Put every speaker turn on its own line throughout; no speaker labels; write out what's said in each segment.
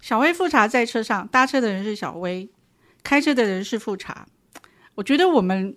小薇富察在车上，搭车的人是小薇，开车的人是富察。我觉得我们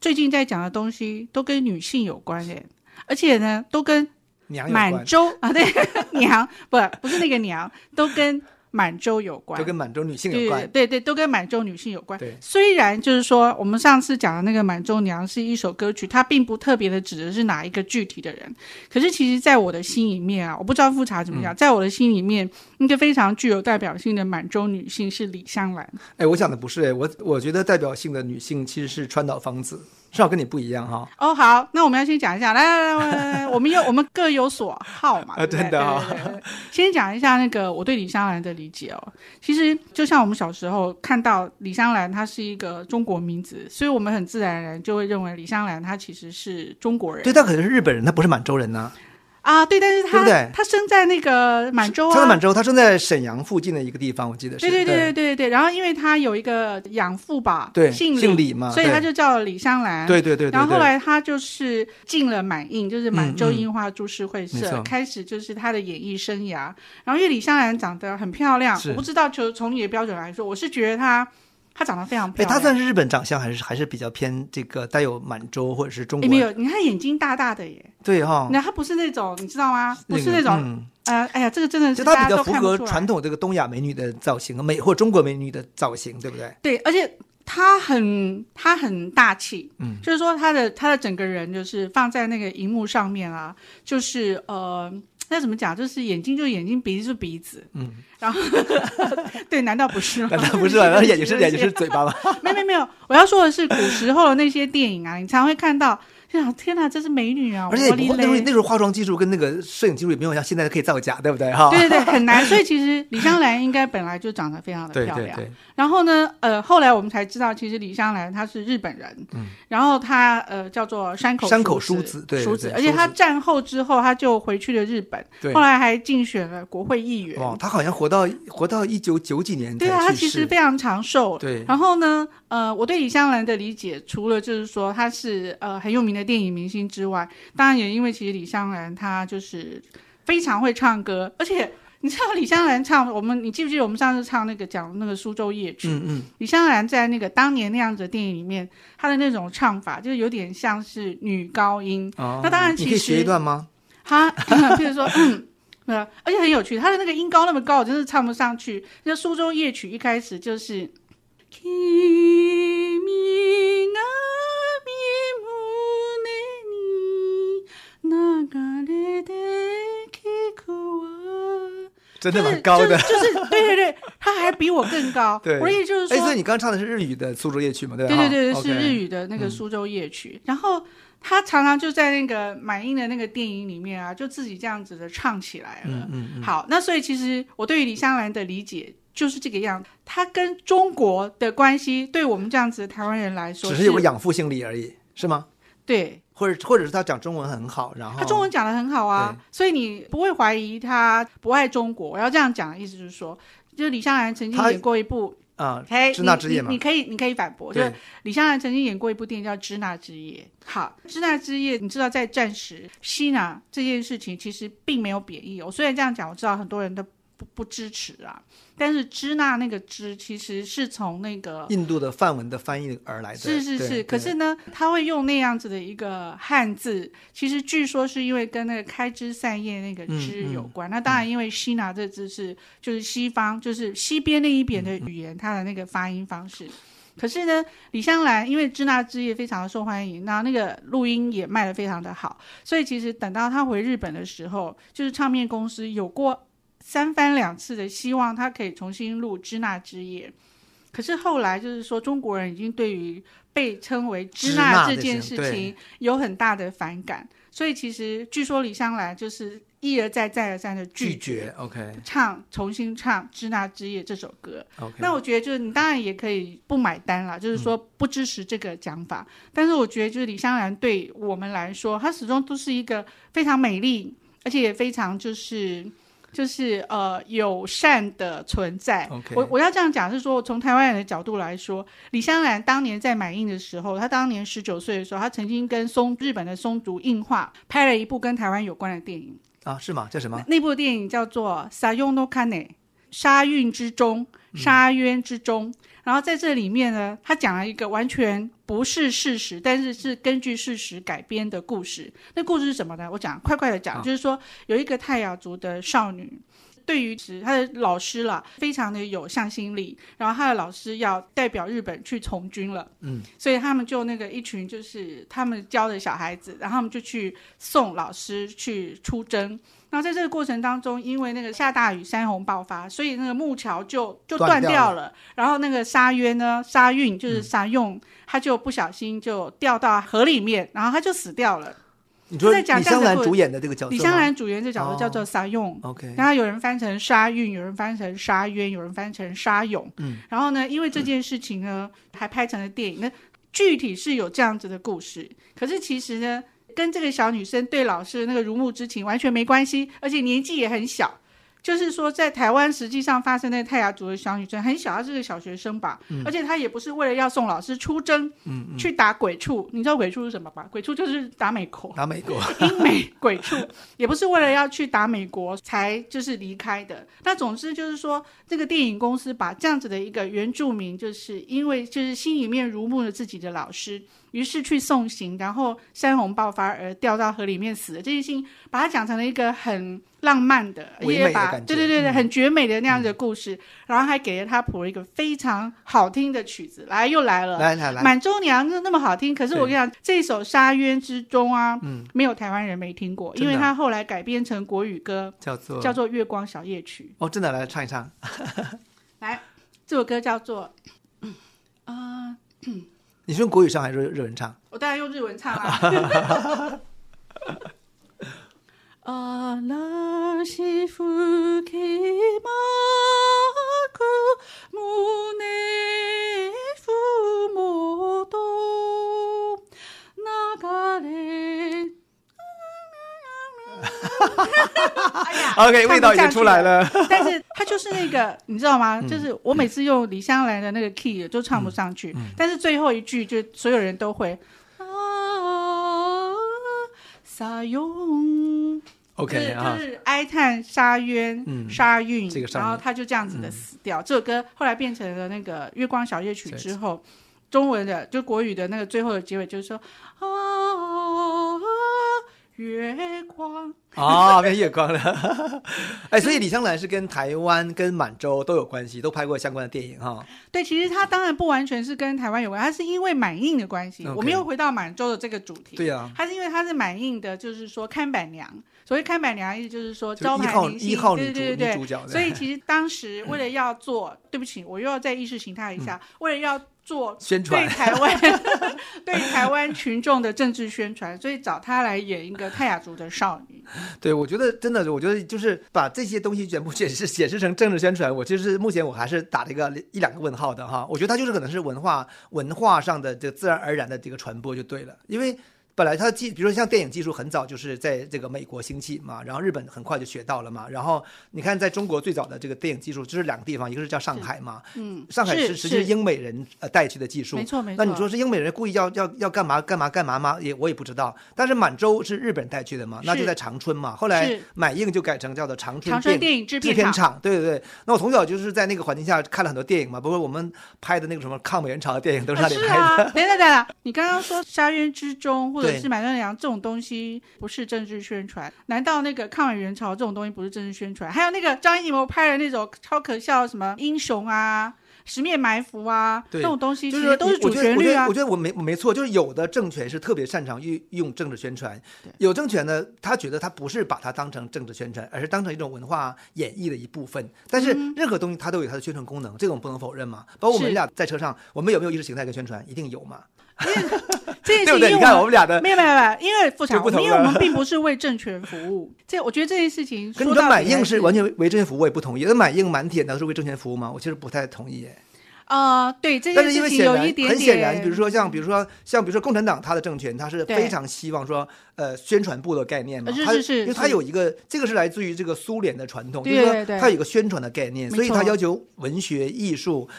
最近在讲的东西都跟女性有关联，而且呢，都跟
娘有
满
关，
洲啊，对， 娘不不是那个娘，都跟满洲有关
都，跟满洲女性有
对
关。
对对，都跟满洲女性有关。
对
虽然就是说，我们上次讲的那个《满洲娘》是一首歌曲，它并不特别的指的是哪一个具体的人，可是其实在我的心里面啊，我不知道复查怎
嗯
么讲，在我的心里面，一个非常具有代表性的满洲女性是李香兰。
哎，我讲的不是哎，我我觉得代表性的女性其实是川岛芳子，至少跟你不一样哈。
哦，好，那我们要先讲一下，来来来来来，我们有我们各有所好嘛，对
啊
不对
真的啊
对对对对先讲一下那个我对李香兰的理解哦。其实就像我们小时候看到李香兰，她是一个中国名字，所以我们很自然而然就会认为李香兰她其实是中国人。
对，她可能是日本人，她不是满洲人呐、
啊，对，但是她
对不对
她生在那个满洲啊，
她在满洲，她生在沈阳附近的一个地方，我记得是。
对对对对
对
对对。然后因为她有一个养父吧，
对
姓李，
姓李嘛，
所以她
对
就叫李香兰。
对对对对。
然后后
对
来他就是进了满映，就是满洲樱花株式会
嗯嗯没
社，
错
开始就是他的演艺生涯。然后因为李香兰长得很漂亮，
是
我不知道就从你的标准来说，我是觉得她她长得非常
哎，
漂
她
亮。
算是日本长相，还是还是比较偏这个带有满洲或者是中
诶哎没
国？
有，你看眼睛大大的耶，
对哈、
那她不是那种你知道吗？不
那
是
个
那种
嗯，
呃，哎呀，这个真的是
就
大
她
家
比较
都
符
看不
合
出来。
传统这个东亚美女的造型，美或中国美女的造型，对 不对？
对，而且她很她很大气，
嗯，
就是说她的她的整个人就是放在那个荧幕上面啊，就是呃，那怎么讲？就是眼睛就眼睛，鼻子就鼻子，
嗯，
然后 对，难道不是吗？
难道不是 吧？那眼睛是眼睛是
是，
嘴巴吧？
没有没有没有，我要说的是古时候的那些电影啊，你常会看到，就想天哪，这是美女啊，
而且
我哩
那时候
嘞
那时候化妆技术跟那个摄影技术也没有像现在可以造假，对不对？哈，
对对对，很难。所以其实李香兰应该本来就长得非 常的啊漂亮。然后呢，呃，后来我们才知道，其实李香兰她是日本人，
嗯
然后她呃叫做山口
山口
淑
淑子对
淑
对
子，
对
而且她
淑子
战后之后，她就回去了日本，
对
后来还竞选了国会议员。
哇，她好像活到活到一九九几年才
对啊，她
去
其实
世
非常长寿。
对
然后呢，呃，我对李香兰的理解，除了就是说她是呃很有名的电影明星之外，当然也因为其实李香兰她就是非常会唱歌，而且你知道李香兰唱我们，你记不记得我们上次唱那个讲那个苏州夜曲？
嗯嗯，
李香兰在那个当年那样子的电影里面，她的那种唱法就是有点像是女高音，
哦
嗯那当然
你
其
可以学
实
一段吗？
她譬如说。嗯对啊，而且很有趣，她的那个音高那么高，我真是唱不上去。那《苏州夜曲》一开始就是。君が見胸に流れて聞くわ
真的蛮高的。
啊就是就是对对对，她还比我更高。
对
我的意思就是
哎，
说，
所以你刚刚唱的是日语的《苏州夜曲》嘛，对吧？
对对对，
哈
对是
OK
日语的那个
嗯
苏州夜曲。然后他常常就在那个满映的那个电影里面啊，就自己这样子的唱起来了。
嗯嗯嗯，
好，那所以其实我对于李香兰的理解就是这个样子，她跟中国的关系，对我们这样子的台湾人来说
只是有个养父姓李而已，是吗？
对。
或者或者是他讲中文很好，然后
他中文讲的很好啊，所以你不会怀疑他不爱中国。我要这样讲的意思就是说，就是李香兰曾经
他
演过一部，
啊，
嘿，
支那之夜
你
嘛
你你可以你可以反驳，就是
对，
李香兰曾经演过一部电影叫《支那之夜》。好，《支那之夜》，你知道在战时，吸纳这件事情其实并没有贬义、哦。我虽然这样讲，我知道很多人都不不支持啊，但是支那那个支其实是从那个。
印度的梵文的翻译而来的，
是是
对
是，
对
可是呢，他会用那样子的一个汉字，其实据说是因为跟那个开枝散叶那个
嗯
枝
嗯
有关。那当然，因为西拿这字是就是西方，就是西边那一边
嗯
的语言，它的那个发音方式。可是呢，李香兰因为《支那之夜》非常的受欢迎，那那个录音也卖的非常的好，所以其实等到她回日本的时候，就是唱片公司有过三番两次的希望她可以重新录《支那之夜》，可是后来就是说中国人已经对于被称为“支那”
支那
这件事
这件
情有很大的反感，所以其实据说李香兰就是一而再再而三的拒
拒
绝
绝，OK
唱重新唱《支那之夜》这首歌。
OK，嗯
那我觉得就是你当然也可以不买单啦，就是说不支持这个讲法。但是我觉得就是李香兰对我们来说，她始终都是一个非常美丽，而且也非常就是就是呃友善的存在。
OK
我我要这样讲是说，从台湾人的角度来说，李香兰当年在满映的时候，她当年十九岁的时候，她曾经跟松日本的松竹映画拍了一部跟台湾有关的电影。
啊是吗？叫什么？
那部电影叫做《Sayonokane》，沙韵之中、
嗯
沙渊之中。然后在这里面呢，他讲了一个完全不是事实，但是是根据事实改编的故事。那故事是什么呢？我讲快快的讲，就是说有一个泰雅族的少女。对于她的老师了，非常的有向心力。然后她的老师要代表日本去从军了，嗯，所以他们就那个一群就是他们教的小孩子，然后他们就去送老师去出征。然后在这个过程当中，因为那个下大雨，山洪爆发，所以那个木桥就就断
断掉
掉了。然后那个沙约呢，沙运就是沙用，他就不小心就掉到河里面，然后他就死掉了。
你说
在
李
讲这样
香
的
兰
故
主演的这个角色吗，
李香兰主演这角色叫
哦
做沙用，
，OK，
然后有人翻成沙运，有人翻成沙渊，有人翻成沙涌。嗯，然后呢，因为这件事情呢，还拍成了电影。那具体是有这样子的故事，可是其实呢，跟这个小女生对老师的那个如沐之情完全没关系，而且年纪也很小。就是说，在台湾实际上发生那个泰雅族的小女生很小，她是个小学生吧，而且她也不是为了要送老师出征，嗯去打鬼畜。你知道鬼畜是什么吧？鬼畜就是打美国，
拿美国，
英美鬼畜，也不是为了要去打美国才就是离开的。那总之就是说，这个电影公司把这样子的一个原住民，就是因为就是心里面如沐了自己的老师，于是去送行，然后山洪爆发而掉到河里面死了这件事情，把它讲成了一个很浪漫的，
唯美的
也把
感觉嗯
对对对对，很绝美的那样的故事，然后还给了他谱了一个非常好听的曲子，来又来了。
来来来，
满洲娘那那么好听，可是我
对
跟
嗯
你讲，这首《沙渊之中》啊，没有台湾人没听过，
真
因
的啊
为它后来改编成国语歌，
叫做
叫做《月光小夜曲
哦，真的来唱一唱，》。
这首歌叫做，嗯呃，
你是用国语唱还是日文唱？
我当然用日文唱 啦。啊拉西夫基马库穆内夫莫多那嘎嘞。哎呀
OK，
唱不
味道已经
下去
出来了。
但是他就是那个，你知道吗？
嗯
就是我每次用李香兰的那个 key 就唱不上去，
嗯
但是最后一句就所有人都会啊，撒用
OK 啊
就是，就是哀叹沙渊、
嗯
沙韵，
这个沙韵嗯
然后他就这样子的死掉。这首歌后来变成了那个《月光小夜曲》之后，中文的就国语的那个最后的结尾就是说啊，月光。
啊，变月光了。哎，所以李香兰是跟台湾、跟满洲都有关系，都拍过相关的电影哈。
对，其实它当然不完全是跟台湾有关，它是因为满印的关系。
OK
我们又回到满洲的这个主题，
对啊呀，
它是因为它是满印的，就是说看板娘。所谓看板娘，意思就是说
就是
招
一
牌
号
明星，
一号
对
女主
对对
女
对。
主角的，
所以其实当时为了要做，对不起，我又要再意识形态一下，为了要做
嗯宣
对
传
台湾对台湾群众的政治宣传，所以找她来演一个泰雅族的少女。
对，我觉得真的，我觉得就是把这些东西全部解释 解释成政治宣传，我其实目前我还是打了一个一两个问号的哈。我觉得它就是可能是文化文化上的这个自然而然的这个传播就对了，因为。本来它技，比如说像电影技术很早就是在这个美国兴起嘛，然后日本很快就学到了嘛，然后你看在中国最早的这个电影技术就是两个地方，一个是叫上海嘛，
嗯，
上海
是
是实际是英美人呃带去的技术
没，错没错。
那你说是英美人故意要要要干嘛干嘛干嘛吗？也我也不知道。但是满洲是日本带去的嘛，那就是在长春嘛。后来
是
满印就改成叫做长春
长春
电
电影制
制
片
片
厂
厂，对对对。那我从小就是在那个环境下看了很多电影嘛，包括我们拍的那个什么抗美援朝的电影都是那里
是
拍的。
啊，等等等等，你刚刚说沙渊之中或者
对
是满洲良这种东西不是政治宣传，难道那个抗美援朝这种东西不是政治宣传？还有那个张艺谋拍的那种超可笑的什么英雄啊、十面埋伏啊
对
这种东西，
就
其
是
实都是主旋
我觉
律
得
啊
我。觉得我觉得我没我没错，就是有的政权是特别擅长运用政治宣传
对，
有政权呢，他觉得他不是把它当成政治宣传，而是当成一种文化演绎的一部分。但是任何东西它都有它的宣传功能，这个我们不能否认嘛。包括我们
嗯是
俩在车上，我们有没有意识形态跟宣传？一定有嘛，
这件事情
对不对？
因
你
为
看
我
我
们
们俩的，
没有没有没有，因为副
就
厂，
不同
因为我
了
们并不是为政权服务。这我觉得这件事情
跟你
说
说
到
满
底还
印是完全为政权服务，我也不同意。那满印满铁难道是为政权服务吗？我其实不太同意耶。
呃，对这
但
件
是因
事
为
情
显
有
然，
一点点，
很显然，比如说像比如说像比如说共产党它的政权，它是
对
非常希望说呃宣传部的概念嘛，
呃是
它
是是
因为它
是
有一个这个是来自于这个苏联的传统，就
对
是
对
说
对
它有一个宣传的概念，
没
所以它
错
要求文学艺术。呃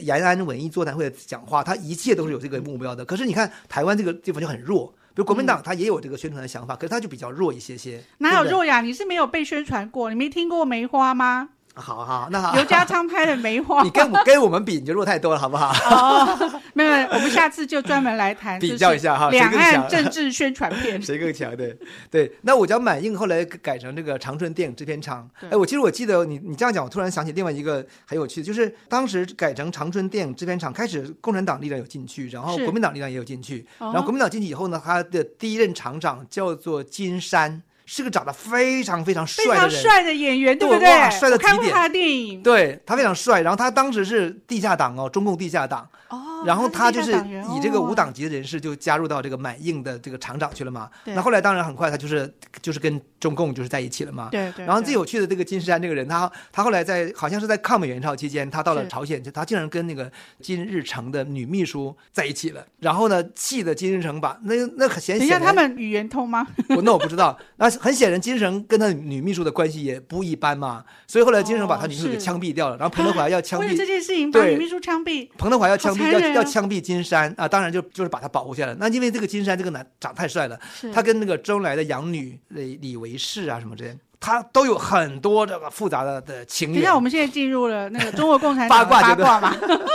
延安文艺座谈会的讲话，它一切都是有这个目标的。可是你看台湾这个地方就很弱，比如国民党它也有这个宣传的想法，可是它就比较弱一些些。
嗯哪有
对不对？
弱呀？你是没有被宣传过，你没听过梅花吗？
好好，那好，
尤家昌拍的梅花
你跟我跟我们比，你就弱太多了，好 不好？
哦，没有，没有我们下次就专门来谈，
比较一下哈
就是两
谁
岸
更强。
政治宣传片
谁更强？对对，那我叫满映，后来改成这个长春电影制片厂。
对
哎，我其实我记得你你这样讲，我突然想起另外一个很有趣的，就是当时改成长春电影制片厂，开始共产党力量有进去，然后
是
国民党力量也有进去，
哦
然后国民党进去以后呢，他的第一任厂长叫做金山，是个长得非常非常
非
帅的
常
人。
帅的演员，
对
不
哇
对？
帅到
我看
极
过
点
他的电影
对他非常帅，然后他当时是地下党哦，中共地下党，
哦，
然后
他
就是是
地下党员
以这个无，
哦
党籍的人士就加入到这个满映的这个厂长去了嘛。
对
那后来当然很快他就是就是跟中共就是在一起了嘛。
对对。
然后
对
最有趣的这个金山这个人，他他后来在好像是在抗美援朝期间，他到了
是
朝鲜去，他竟然跟那个金日成的女秘书在一起了。然后呢，气的金日成把那那很显
等一下，
显
他
然，
们语言通吗？
我那我不知道。那很显然，金日成跟他女秘书的关系也不一般嘛。所以后来金日成把他女秘书
哦
给
是
枪毙掉了，然后彭 德怀要枪
为了
毙
这件事情把
对
女秘书枪毙，
彭德怀要枪
好
毙，
残
要
忍啊
要枪毙金山啊！当然就就是把他保护下来。那因为这个金山这个男长太帅了，
是
他跟那个周恩来的养女李李维氏啊什么之类，他都有很多这个复杂的的情
等一
缘
下，我。们现在进入了那个中国共产党的
八卦
八
阶
卦
段
嘛？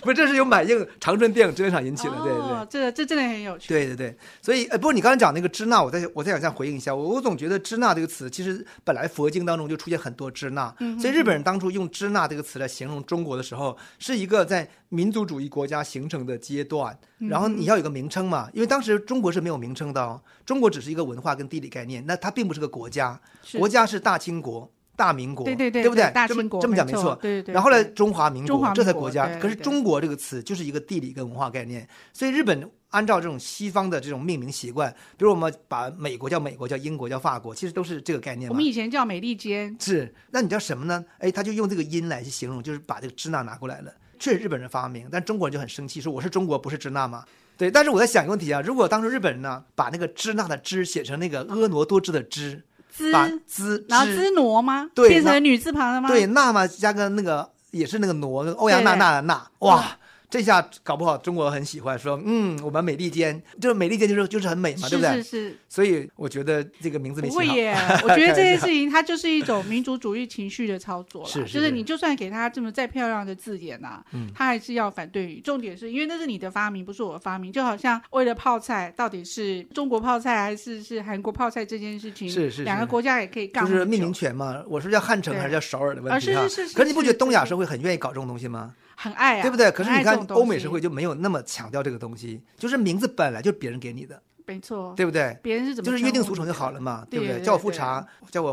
不是，这是由满映长春电影制片厂引起的，对对对
哦，这这真的很有趣。
对对对，所以呃，不过你刚才讲那个支那，我再我再想再回应一下，我我总觉得支那这个词，其实本来佛经当中就出现很多支那，
嗯
所以日本人当初用支那这个词来形容中国的时候，是一个在民族主义国家形成的阶段，
嗯
然后你要有个名称嘛，因为当时中国是没有名称的、哦，中国只是一个文化跟地理概念，那它并不是个国家，
是
国家是大清国、大民国，
对对
对，
对
不
对
对？
大
这么
清国
这么讲没
没错对对对
然后呢，中华民
中华
国
民
这才
国
国家，
对
可是
对
中国这个词就是一个地理跟文化概念，所以日本按照这种西方的这种命名习惯，比如我们把美国叫美国，叫英国叫法国，其实都是这个概念
我
嘛
们。以前叫美利坚，
是，那你叫什么呢？哎，他就用这个音来去形容，就是把这个支那拿过来了。确实日本人发明，但中国人就很生气，说我是中国，不是支那嘛。对，但是我在想一个问题啊，如果当初日本人呢，把那个支那的支写成那个婀娜多姿的姿，
支，
把姿
然后
支
支挪吗？
对
变成
那
了女字旁了吗？
对，那嘛加个那个也是那个挪，那个欧阳娜
对
娜的娜，哇，这下搞不好中国很喜欢说，嗯，我们美利坚，就是美利坚就是就是很美嘛，
是
对不
是？
对
是，
所以我觉得这个名字没
不会
起好。
耶！我觉得这件事情它就是一种民族主义情绪的操作啦，
是是
就是
是嗯
你就算给他这么再漂亮的字眼啊，他还是要反对语。重点是因为那是你的发明，不是我的发明。就好像为了泡菜，到底是中国泡菜还是是韩国泡菜这件事情，
是是是
两个国家也可以杠
就
很久，
是命名权嘛，我是叫汉城还是
对
叫首尔的问
啊
题
是
哈。
是是是
可是你不觉得
是
东亚
是
社会很愿意搞这种东西吗？
很爱啊，
对不对？可是
很
你
爱
看
这种东
欧美
西
社会，就没有那么强调这个东西，就是名字本来就是别人给你的，
没错，
对不对？
别人哦是怎么
就是约定俗成就
称
好了嘛，
对
对不对？
对
叫我富
对
察，叫我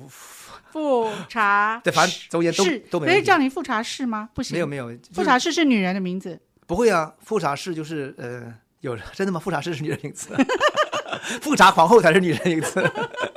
呼你的，富察
对，反正总而言之
氏
都都没
可以
问题。
叫你富察氏吗？不行，
没有没有，就
富
是
察氏是女人的名 字。
不会啊，富察氏就是呃，有真的吗？富察氏是女人名字， 富察皇后才是女人名字。啊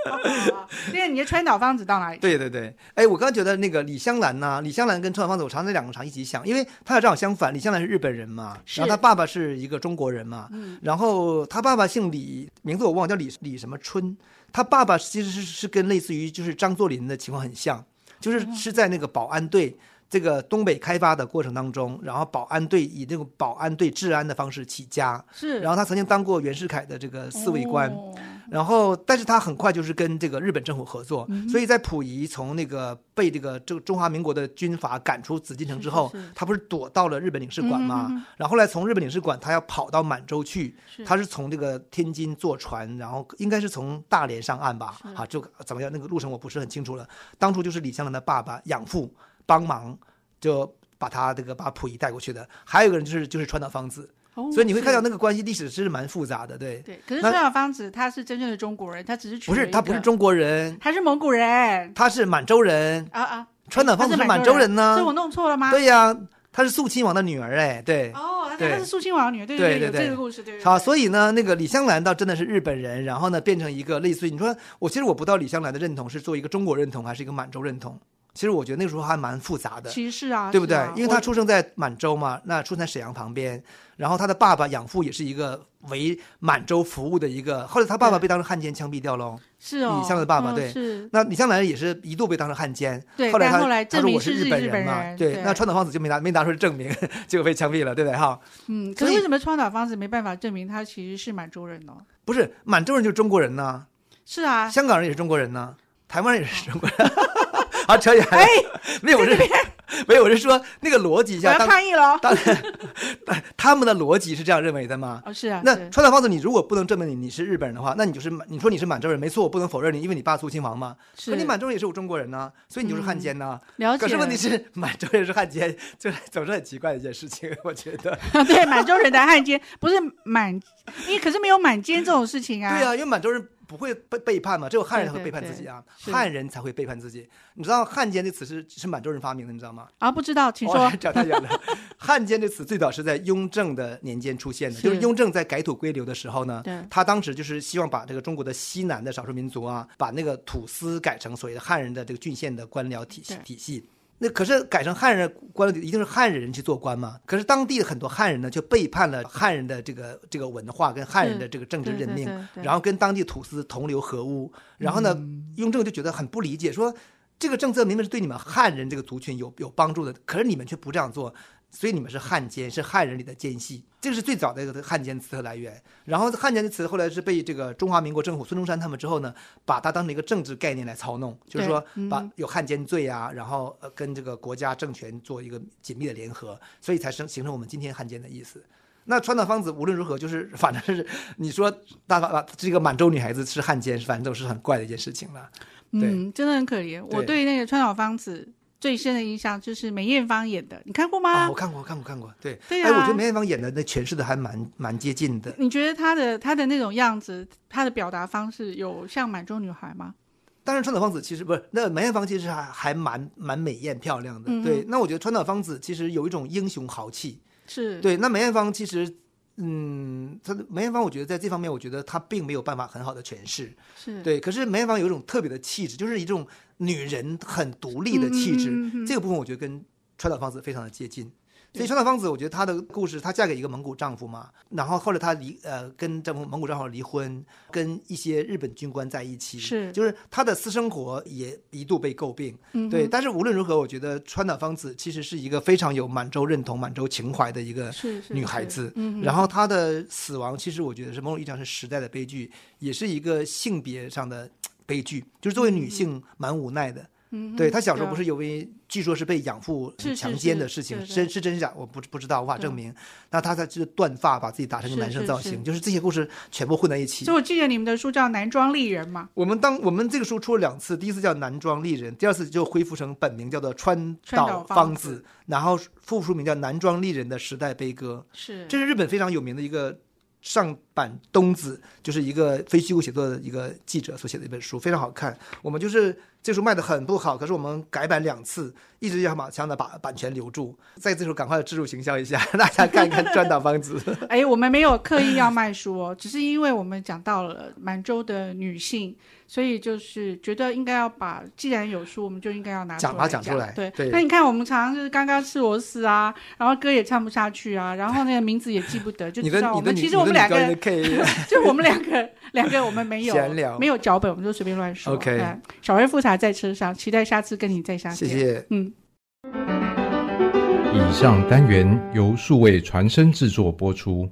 哦那你的川岛芳子到哪里？
对对对，哎，我刚觉得那个李香兰呐、李香兰跟川岛芳子，我常常这两个常一起想，因为他俩正好相反，李香兰是日本人嘛，
是嗯
然后他爸爸是一个中国人嘛，然后他爸爸姓李，名字我忘了，叫李李什么春，他爸爸其实是是跟类似于就是张作霖的情况很像，
嗯
就是是在那个保安队。这个东北开发的过程当中，然后保安队以那种保安队治安的方式起家，
是
然后他曾经当过袁世凯的这个四卫官，
哦
然后，但是他很快就是跟这个日本政府合作，
嗯
所以在溥仪从那个被这个中中华民国的军阀赶出紫禁城之后，
是是是
他不是躲到了日本领事馆吗？
嗯
然后后来从日本领事馆，他要跑到满洲去，
是
他是从这个天津坐船，然后应该是从大连上岸吧，啊，就怎么样那个路程我不是很清楚了。当初就是李香兰的爸爸养父帮忙，就把他这个把溥仪带过去的。还有一个人就是就是川岛芳子，
哦
所以你会看到
是
那个关系历史是蛮复杂的，对，
对，可是
那
川岛芳子她是真正的中国人，她只是娶
不是
了一
他不是
个，
中国人。
她是蒙古人
他是满洲人，
啊啊，
川岛芳
她
子是
满
满洲人呢
是。我弄错了吗？
嗯对呀、她是肃亲王的女儿哎，对。
哦，她
对
她是肃亲王女儿，对
对
对，有
对
这个故事，对对。
啊，
以
所以呢，那个李香兰倒真的是日本人，然后呢，变成一个类似于你说我，其实我不知道李香兰的认同是做一个中国认同还是一个满洲认同。其实我觉得那时候还蛮复杂的，
歧视啊，
对不对
是啊？
因为
我
她出生在满洲嘛，那出生在沈阳旁边，然后她的爸爸养父也是一个为满洲服务的一个，后来她爸爸
对
被当成汉奸枪毙掉喽。
是哦，
李湘的爸爸
嗯
对
是，
那李香兰也是一度被当成汉奸，
对
后来
但
他
后来
他
证
说
明
我是
是日
本
日
人
本
嘛，
人
对，
对
那川岛芳子就没拿没拿出证明， 结果被枪毙了，对不对哈？
嗯，可
所
是
以
为什么川岛芳子没办法证明她其实是满洲人呢？
不是满洲人就是中国人呐、
是啊，
香港人也是中国人呐、台湾人也是中国人，啊，扯远了。
哎，
没有，我是没有，我是说那个逻辑
我
下，
要
当
抗议了。
当然，他们的逻辑是这样认为的吗？
哦，是啊，
那
是
川岛芳子，你如果不能证明你你是日本人的话，那你就是满你说你是满洲人，没错，我不能否认你，因为你爸苏亲王嘛。可
是嗯
你满洲人也是我中国人呐、所以你就是汉奸呐、
了解
可
了。
是问题是，满洲人是汉奸，这总是很奇怪的一件事情，我觉得。
对，满洲人的汉奸不是满，因为可是没有满奸这种事情啊。
对呀、因为满洲人不会背背叛嘛，只有汉人才
对
会背
对
叛
对
自己啊，
是
汉人才会背叛自己。你知道“汉奸”这词是是满洲人发明的，你知道吗？
啊，不知道，请
哦
说。
讲太远了。 汉奸这词最早是在雍正的年间出现的，就是
是
雍正在改土归流的时候呢
对，
他当时就是希望把这个中国的西南的少数民族啊，把那个土司改成所谓的汉人的这个郡县的官僚体系
对
体系。那可是改成汉人官僚体，一定是汉人去做官嘛？可是当地的很多汉人呢，却背叛了汉人的这个这个文化跟汉人的这个政治
对
任
嗯对
命，
对对
然后跟当地土司同流合污。然后呢，雍正就觉得很不理解，说这个政策明明是对你们汉人这个族群有有帮助的，可是你们却不这样做，所以你们是汉奸，是汉人里的奸细。这个是最早的一个汉奸词的来源。然后汉奸的词后来是被这个中华民国政府孙中山他们之后呢，把它当成一个政治概念来操弄，就是说
对嗯
把有汉奸罪啊，然后呃跟这个国家政权做一个紧密的联合，所以才生形成我们今天汉奸的意思。那川岛芳子无论如何就是，反正是你说大把这个满洲女孩子是汉奸，反正是很怪的一件事情了。对
嗯，真的很可怜。我
对
对那个川岛芳子最深的印象就是梅艳芳演的，你看过
啊，
吗
我？看过，我看过，看过。对，
对
哎，我觉
啊
得梅艳芳演的那诠释的还蛮蛮接近的。
你觉得她的她的那种样子，她的表达方式有像满洲女孩吗？
当然，川岛芳子其实不是，那梅艳芳其实还还蛮蛮美艳漂亮的。
嗯哼
对，那我觉得川岛芳子其实有一种英雄豪气。
是，
对，那梅艳芳其实，嗯，她的梅艳芳，我觉得在这方面，我觉得她并没有办法很好的诠释。
是，
对，可是梅艳芳有一种特别的气质，就是一种女人很独立的气质。
嗯嗯嗯嗯
这个部分我觉得跟川岛芳子非常的接近。所以川岛芳子，我觉得她的故事，她嫁给一个蒙古丈夫嘛，然后后来她离呃跟这蒙蒙古丈夫离婚，跟一些日本军官在一起，
是
就是她的私生活也一度被诟病，
嗯哼
对。但是无论如何，我觉得川岛芳子其实是一个非常有满洲认同、满洲情怀的一个
是是
女孩
是
子。
嗯哼
然后她的死亡，其实我觉得是某种意义上是时代的悲剧，也是一个性别上的悲剧。就是作为
嗯
女性，蛮无奈的。
嗯哼
对她小时候
对啊
不是有为，据说是被养父
是是
强奸的
是
事情，
对对
真是真是假，我不不知道，无法
对
证明。那她才就是断发，把自己打成个
是
男生
是
造
是
型，就是这些故事全部混在一起
所。以我记得你们的书叫《男装丽人》嘛，
我们当我们这个书出了两次，第一次叫男装丽人，第二次就恢复成本名叫做川
川岛
岛
芳
芳
子
子，然后副书名叫男装丽人的时代悲歌。
是，
这是日本非常有名的一个上坂东子，就是一个非虚构写作的一个记者所写的一本书，非常好看。我们就是这书卖的很不好，可是我们改版两次，一直要把想的把版权留住。在这时候赶快植入行销一下， 大家看一看川岛芳子。
哎，我们没有刻意要卖书哦， 只是因为我们讲到了满洲的女性，所以就是觉得应该要把，既然有书，我们就应该要拿
讲
出
吧
来
讲出来
对，
对
那你看，我们常常就是刚刚吃螺丝啊，然后歌也唱不下去啊，然后那个名字也记不得， 就
你
知
跟
道我
你跟
们
女
其
你
实
跟
我们
女
两
高
个
音的 K，
就我们两个，两个我们没有
闲聊
没有脚本，我们就随便乱说。
OK
哎小微复茶在车上，期待下次跟你再相
谢
见。
谢。
嗯，
以上单元由数位传声制作播出。